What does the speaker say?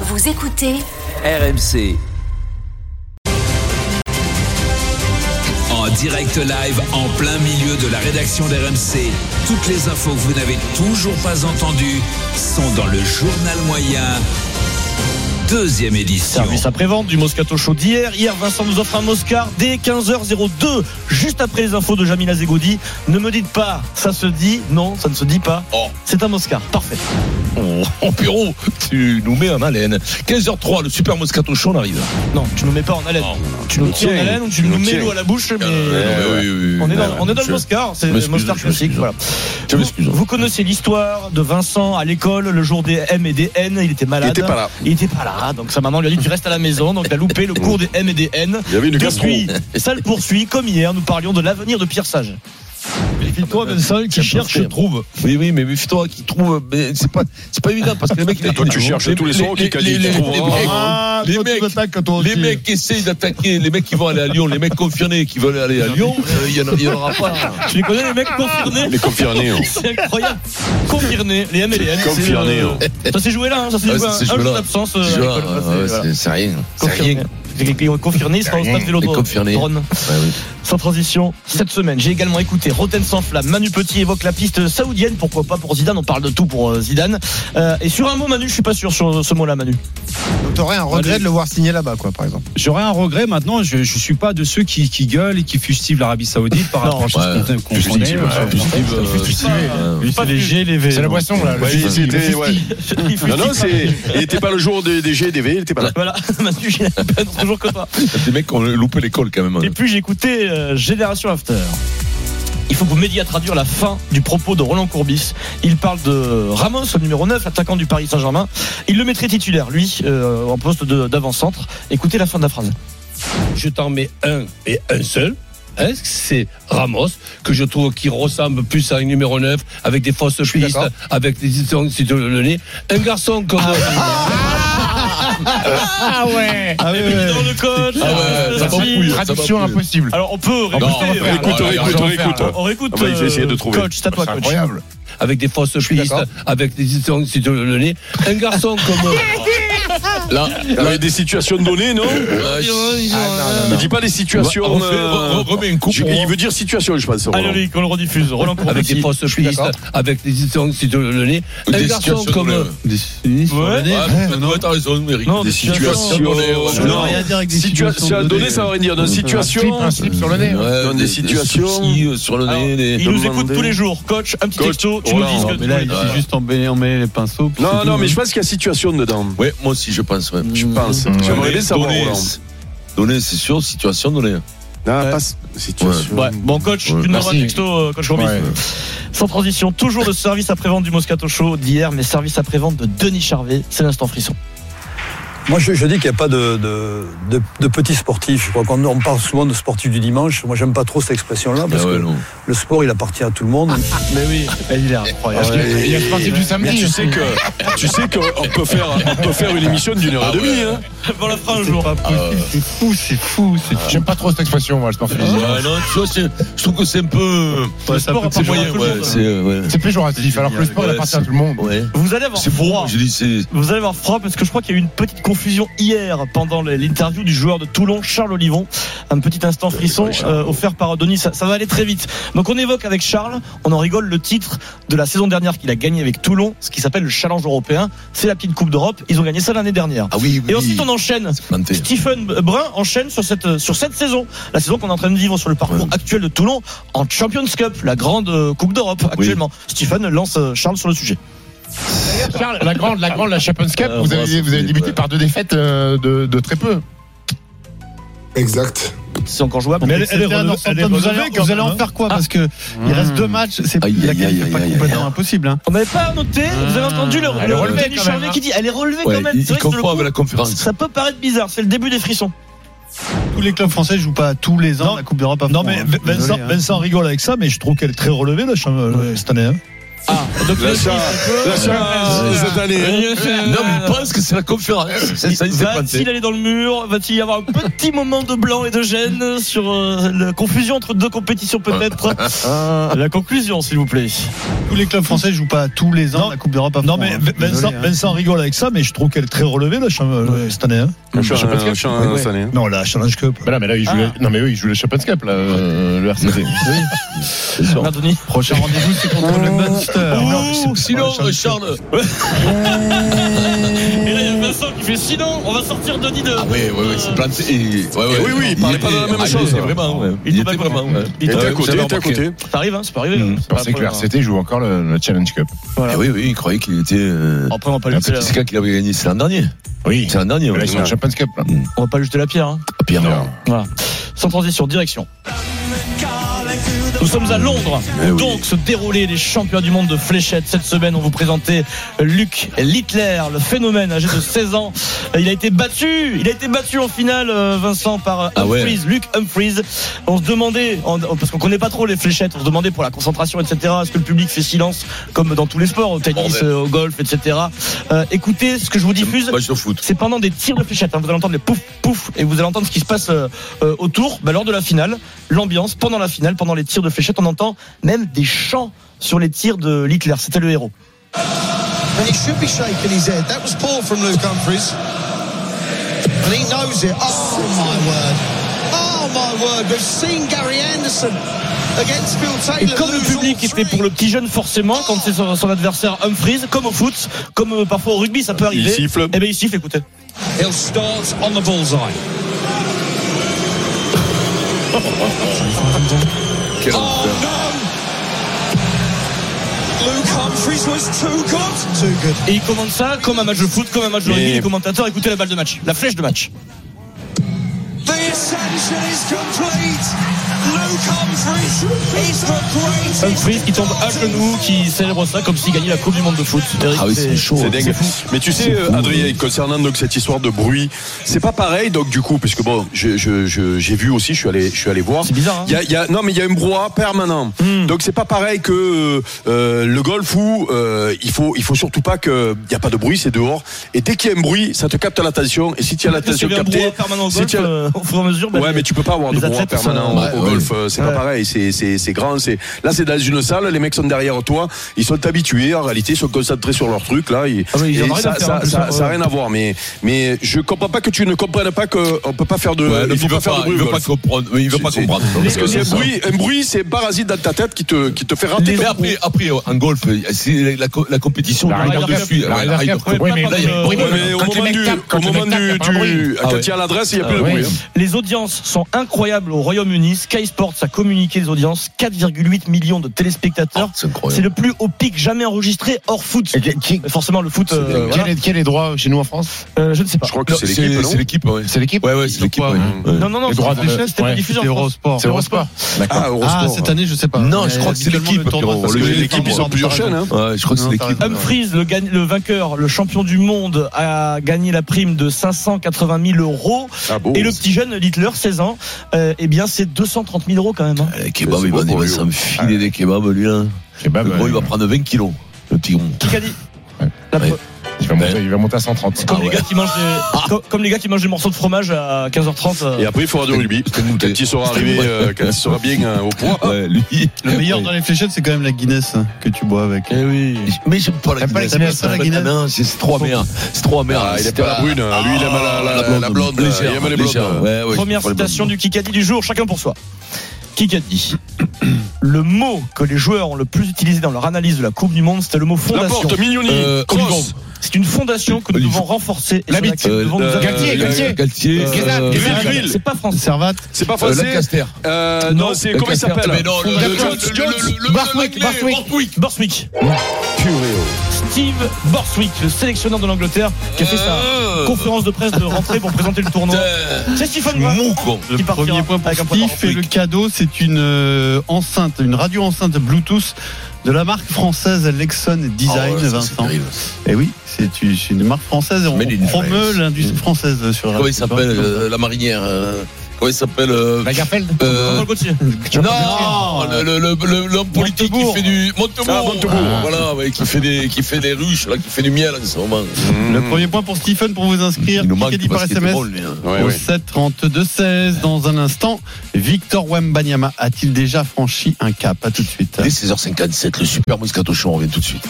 Vous écoutez RMC. En direct live, en plein milieu de la rédaction d'RMC, toutes les infos que vous n'avez toujours pas entendues sont dans le journal moyen. Deuxième édition. Service après-vente du Moscato Show d'hier. Hier, Vincent nous offre un Moscar dès 15h02, juste après les infos de Jamila Zegoudi. Ne me dites pas, ça se dit. Non, ça ne se dit pas. Oh. C'est un Moscar. Parfait. Oh, oh, Pierrot, tu nous mets en haleine. 15h03, le super Moscato Show, on arrive. Non, tu nous mets pas en haleine. Oh. Tu nous tiens en tiens. haleine ou tu Tu nous nous mets tiens. l'eau à la bouche. mais- Euh, oui, oui, oui, On est dans, oui, on est dans je- le Moscar, c'est je le m'excuse, Moscar je classique. m'excuse. Voilà. Je Vous- m'excuse. Vous connaissez l'histoire de Vincent à l'école le jour des M et des N. Il était malade. Il était pas là. Il était pas là. Donc sa maman lui a dit tu restes à la maison. Donc il a loupé le cours des M et des N. Il y avait une gastro. Depuis, ça le poursuit. Comme hier, nous parlions de l'avenir de Pierre Sage. toi Vincent qui cherche trouve. Oui, oui, mais méfie-toi qui trouve. mais C'est pas, c'est pas évident parce que les mecs. Toi, tu cherches tous les soirs au les- Kikadi, les- tu les- trouves les un mecs- Ah, les toi, tu mecs- m'attaques, toi Les aussi. mecs qui essayent d'attaquer, les mecs qui vont aller à Lyon, les mecs confirmés qui veulent aller à Lyon, euh, il y en a- il y en aura pas. Tu les connais les Ah. mecs confirmés Les confirmés. hein. C'est incroyable. Confirmés, les M et les N. c'est, Confirmés, euh, Ça s'est joué là. hein, ça s'est Ah, joué. c'est un- Un joué là. jour d'absence. euh, à Tu vois, l'école, ça, c'est- ouais, voilà. c'est- c'est rien. C'est Confirmé. rien. Confirmé, il sera au stade Vélodrome. Confirmé. Drone. Ouais, oui. Sans transition, cette semaine, j'ai également écouté Roten sans flamme. Manu Petit évoque la piste saoudienne, pourquoi pas pour Zidane, on parle de tout pour euh, Zidane. Euh, et sur un mot, Manu, je suis pas sûr sur ce mot-là, Manu. Donc t'aurais un regret Allez. de le voir signer là-bas, quoi, par exemple. J'aurais un regret maintenant. Je ne suis pas de ceux qui, qui gueulent et qui fustivent l'Arabie Saoudite par rapport ouais. à ce qu'on- qu'on Fustives, connaît. ouais. Fustives, euh, léger, C'est la boisson, là. Ouais, il était- ouais. Non, non, c'est. Il était pas le jour des, des GDV, il était pas là. Voilà, Manu, j'ai la peine, toujours que toi. Les mecs ont loupé l'école quand même. Et puis j'ai écouté euh, Génération After. Il faut que vous m'aidiez à traduire la fin du propos de Roland Courbis. Il parle de Ramos, le numéro 9, attaquant du Paris Saint-Germain. Il le mettrait titulaire, lui, euh, en poste de- d'avant-centre. Écoutez la fin de la phrase. je t'en mets un et un seul. Hein, c'est Ramos que je trouve qui ressemble plus à un numéro 9 avec des fausses pistes, avec des distances de le nez. Un garçon comme Ah oui, le coach. Ah Ah ouais, ça Merci. m'embrouille. Traduction impossible. Alors on peut hein. Non, réécouter. euh, on réécoute, on réécoute, on réécoute. On réécoute. Ah bah, je vais essayer de euh, trouver. Coach, c'est à toi, coach. avec des fausses pistes, d'accord. avec des distances de le nez. Un garçon comme Là, Il avait Ah, des situations données, non euh, Ah, Il dit pas des Bah, situations. refais- euh, re- remets un coup je- pour Il voir. veut dire situation, je pense. Allez, Roland. Loïc, on le rediffuse. Roland Courbis. avec des fausses pistes, d'accord. avec des distances de le nez. Un Des garçon situations comme douloureuses. Ouais. Ouais, hein. non, t'as raison, Eric. Non, Des situations. Non, situation donnée, ça veut rien dire. Dans situation. sur le nez. Ouais, Dans des situations. soucis, euh, sur le Alors, nez. des- Il nous Demandez. écoute tous les jours. Coach, un petit Coach, texto. Tu nous Roland, dis ce que mais tu là, voulais il dire. Ouais. Juste emmêler les pinceaux. puis Non, c'est non, tout. mais je pense qu'il y a situation dedans. Ouais, moi aussi, je pense. Mm. Ouais. Je pense. J'aimerais bien savoir. Donner, Roland. c'est- donner, c'est sûr, situation donnée. Ah, passe. Situation. Ouais. Bon, coach, Ouais. tu nous envoies un Merci. texto, euh, coach Courbis. Ouais. Sans transition, toujours le service après-vente du Moscato Show d'hier, mais service après-vente de Denis Charvet. C'est l'instant frisson. Moi, je, je dis qu'il n'y a pas de, de, de, de petits sportifs. Je crois qu'on on parle souvent de sportifs du dimanche. Moi, j'aime pas trop cette expression-là parce Ah ouais, que non. le sport, il appartient à tout le monde. Mais oui, il est incroyable. Il y a le parti du Mais samedi. tu sais que tu sais qu'on peut faire on peut faire une émission d'une heure et demie hein. On la fera un jour. Ah C'est fou, c'est fou. J'aime pas trop cette expression, moi, le sport Ah. physique. Ouais, non, tu vois, c'est- je trouve que c'est un peu. Le c'est un sport peu- appartient c'est moyen, à tout le ouais. monde. C'est. euh, ouais. C'est péjoratif, alors que le sport, il Ouais, appartient à tout le monde. Ouais. Vous allez avoir C'est pour moi, froid. j'ai dit, c'est. Vous allez avoir froid parce que je crois qu'il y a eu une petite confusion hier pendant l'interview du joueur de Toulon, Charles Olivon. Un petit instant frisson euh, offert par Denis. Ça, ça va aller très vite. Donc on évoque avec Charles, on en rigole le titre de la saison dernière qu'il a gagné avec Toulon, ce qui s'appelle le Challenge européen. C'est la petite Coupe d'Europe. Ils ont gagné ça l'année dernière. Ah oui, oui. Et ensuite on enchaîne. C'est planté. Stephen Brun enchaîne sur cette, sur cette saison, la saison qu'on est en train de vivre sur le parcours Ouais. actuel de Toulon en Champions Cup, la grande euh, Coupe d'Europe actuellement. Stephen lance euh, Charles sur le sujet. Charles, la grande, la grande, la Champions Cup, Euh, vous moi, avez, vous avez c'est- débuté par deux défaites euh, de, de très peu. Exact. C'est encore jouable. Mais elle, elle est relevée, elle est relevée quand même, hein. faire quoi Ah. Parce que il reste deux matchs. C'est Aïe, la aïe, qualif aïe, est pas aïe, complètement impossible. hein. On n'avait pas noté, vous avez entendu le, Elle le est relevée Denis quand Charvet même, hein. qui dit elle est relevée Ouais, quand même. il, C'est il vrai que sur le confond coup, euh, avec la conférence. Ça peut paraître bizarre, c'est le début des frissons. Tous les clubs français jouent pas tous les ans Non. la Coupe d'Europe. à Non fond, mais hein. Vincent, Désolé, hein. euh, Vincent rigole avec ça, mais je trouve qu'elle est très relevée là, cette année. hein. Ah, donc la chasse, Euh, la chasse, cette année. hein. Non, mais il pense que c'est la conférence. C'est ça, il s'est passé. Va-t-il aller dans le mur Va-t-il y avoir un petit moment de blanc et de gêne sur euh, la confusion entre deux compétitions peut-être La conclusion, s'il vous plaît. Tous les clubs français jouent pas tous les ans la Coupe d'Europe. Non, mais Vincent, Vincent rigole avec ça, mais je trouve qu'elle est très relevée là, cette année. hein. La chasse, la chasse, cette année. Non, la Challenge Cup. Bah là, mais là, ils jouent, non, mais eux, ils jouent le Champions Cup, là, euh, le RCT. Merde, Denis. Prochain rendez-vous, c'est contre le Munster. Sinon, Charles. Et là, il y a Vincent qui fait sinon, on va sortir Denis de. Ah oui, oui, oui, c'est plein de. et- ouais, ouais, oui, oui, il parlait pas de la était- même ah, il chose. était Vraiment, ouais. il était vraiment. ouais. Il Il était Ouais, à côté, il euh, j'avais Mm, était à remarqué. côté. Ça arrive, hein, ça peut arriver. hein. Je C'est pas pensais que la le première. RCT joue encore le, le Challenge Cup. Eh Oui, oui, il croyait qu'il était. euh, Après, on va pas lui un jeter la, petit- C'est quand qu'il avait gagné C'est l'an dernier Oui. C'est l'an dernier, Là, ouais. ils sont le Champions Cup, là. on va pas lui jeter la pierre. hein. Ah, Pierre, non. Voilà. Sans transition, direction. Nous sommes à Londres, Eh oui. donc se déroulaient les champions du monde de fléchettes. Cette semaine, on vous présentait Luc Littler, le phénomène âgé de 16 ans. Il a été battu, il a été battu en finale, euh, Vincent, par Ah ouais. Humphries, Luc Humphries. On se demandait, en- en- parce qu'on connaît pas trop les fléchettes, on se demandait pour la concentration, etc. Est-ce que le public fait silence, comme dans tous les sports, au tennis, Bordel. euh, au golf, etc. Euh, écoutez ce que je vous diffuse. Match de foot. C'est pendant des tirs de fléchettes. hein. Vous allez entendre les pouf, pouf, et vous allez entendre ce qui se passe euh, euh, autour. Bah, lors de la finale, l'ambiance, pendant la finale, pendant les tirs de fléchettes, on entend même des chants sur les tirs de Littler. C'était le héros. and he should be shaking his head. That was poor from Luke Humphries, and he knows it. Oh my word! Oh my word! We've seen Gary Anderson against Phil Et Taylor. comme le lose all public était pour three. le petit jeune, forcément, quand c'est son, son adversaire Humphries, comme au foot, comme euh, parfois au rugby, ça peut arriver. siffle. Eh bien, il siffle, écoutez. He'll start on the bullseye. oh no! Luke Humphries was too good. Too good. Et il commente ça comme un match de foot, comme un match de rugby. Les commentateurs, écoutez la balle de match, la flèche de match. The ascension is complete. Luke Humphries is the greatest. Humphries qui tombe à genoux, qui célèbre ça comme s'il gagnait la Coupe du Monde de foot. Eric, Ah oui, c'est chaud. C'est hein, dingue. Mais tu sais, euh, Adrien, concernant donc cette histoire de bruit, c'est pas pareil, donc du coup, parce que bon, je- je- je- j'ai vu aussi, je suis allé, je suis allé voir. C'est bizarre, hein. Hmm. Il y a- il y a- non, mais il y a un brouhaha permanent. Donc c'est pas pareil que euh, le golf où euh, il faut, il faut surtout pas que il y a pas de bruit, c'est dehors. Et dès qu'il y a un bruit, ça te capte l'attention. Et si tu as Parce qu'il l'attention y avait un captée, brouhaha permanent au si golf, tu as- euh, au fur et à mesure. bah, Ouais, mais tu peux pas avoir les de brouhaha athlètes, ça- permanent ouais, au ouais. golf. euh, C'est Ouais. pas pareil. C'est, c'est, c'est grand. C'est... Là, c'est dans une salle. Les mecs sont derrière toi. Ils sont habitués. En réalité, ils sont concentrés sur leur truc. Là, Ils- Ah, mais ils en et ont rien à ça, faire, en ça, plus, ça- hein, ça a ouais. rien à voir. Mais, mais je comprends pas que tu ne comprennes pas qu'on peut pas faire de. Ouais, Euh, il il faut veut pas faire de pas, bruit. il au veut pas golf. comprendre. Oui, Il veut C'est- pas c'est- comprendre. Parce que Donc, c'est un ça. bruit, un bruit, c'est un parasite dans ta tête qui te, qui te fait rater. Mais ton- après, après, en golf, c'est la, la, co- la compétition. La on Ryder regarde Cup. dessus. La La Ryder Ryder Cup, Cup. ouais, mais là, il y a euh, le bruit. Ouais, mais au Quand les moment mecs du, tapent, au quand les moment mecs tapent, il y du, a pas de du- bruit. Ah quand ouais. il y a l'adresse, il n'y a Ah plus de ouais. bruit. Les audiences sont incroyables au Royaume-Uni. Sky Sports a communiqué les audiences 4,8 millions de téléspectateurs. C'est C'est incroyable. le plus haut pic jamais enregistré hors foot. Et qui- qui- Mais Forcément, le foot, euh, Quel voilà. est- Quel est droit chez nous en France Euh, je ne sais pas. Je crois que Non, c'est l'équipe, non C'est l'équipe, ouais. C'est l'équipe Ouais, ouais, c'est l'équipe. quoi, ouais. hein. Ouais. Non, non, non, Les c'était droits pas des de- chefs, c'était ouais. pas diffusé en C'est France. Eurosport. C'est Eurosport. Ah, Ah, heureusement. cette année, je sais pas. Non, je crois que c'est habituellement, l'équipe, le tournoi, Pierrot. parce que Le- les L'équipe, femmes ils vont ont en plusieurs parler. chaînes. hein. Ouais, je crois que c'est Non, l'équipe. t'as raison. Humphries, le, gagne- le vainqueur, le champion du monde, a gagné la prime de 580 000 euros. Ah bon Et le petit jeune Littler, 16 ans, euh, eh bien, c'est 230 000 euros quand même. hein. Les kebabs, C'est il va, bon il pour va lui. s'enfiler des kebabs, lui. Hein. Ah Je sais pas, Le bah, gros, il va prendre 20 kilos, le petit gros. Qui a dit Ouais. La pre- Ouais. il va monter- il va monter à 130. Comme, Ah les ouais. gars qui mangent des, comme, comme les gars qui mangent des morceaux de fromage à 15h30. euh, Et après, il faudra du rugby. C'était une Quand il sera arrivé, euh, quand il sera bien euh, au poids. Ouais, lui. Le meilleur dans les fléchettes, c'est quand même la Guinness hein, que tu bois avec. Eh oui. Mais j'aime pas la T'aimes pas la Guinness. Guinness, Ah, hein, la mais Guinness non, c'est c'est trop amer. C'est trop amer. Ah, il aime C'était pas la brune. Lui, il aime la- la- la blonde. Ah, euh, Légère, Il aime les légère. blondes. euh, Ouais, ouais, Première je prends les citation blondes. du Kikadi du jour, chacun pour soi. Kikadi. Le mot que les joueurs ont le plus utilisé dans leur analyse de la Coupe du Monde, c'était le mot La fondation. porte, Mignoni, Euh, Cross. C'est une fondation que nous Olivier. devons renforcer et sur Labitte. laquelle nous devons Euh, nous appuyer. Galtier. Galtier, Galtier. Guézal, euh, Guézal. Guézal. Galtier. C'est pas français. Servat, C'est pas Euh, français. Lancaster. Euh, Non. non, c'est comment il Lancaster. s'appelle Mais non, le- le- le- Jones, le- Jones. le- le- l'anglais, Barthwick, Barthwick. Borthwick. Borswick. Purée, oh. Steve Borswick, le sélectionneur de l'Angleterre, qui a fait sa Euh, conférence de presse de rentrée pour présenter le tournoi. euh, C'est Stephen Brun Mou, con. le qui partira premier point pour avec un point Steve. Et d'avance. le cadeau, c'est une euh, enceinte, une radio enceinte Bluetooth de la marque française Lexon Design, Ah ouais, ça, c'est Vincent. terrible. Et oui, c'est une c'est une marque française et on Mais il est promeut vrai. l'industrie française sur la Comment il s'appelle euh, La marinière. euh, Comment il s'appelle euh, Lagerfeld euh, Jean-Paul Gaultier. Non, le- le- le- le- l'homme politique qui Montebourg. fait du Montebourg, Ah, Montebourg. voilà, ouais, qui fait des qui fait des ruches, là, qui fait du miel en ce moment. Hmm. Le premier point pour Stephen pour vous inscrire. Il nous manque Kikadi par parce qu'il était SMS drôle, lui, hein. Ouais, au ouais. 7 32 16. Dans un instant, Victor Wembanyama a-t-il déjà franchi un cap À tout de suite. Dès 16h57, le super Moscato Show, on revient tout de suite.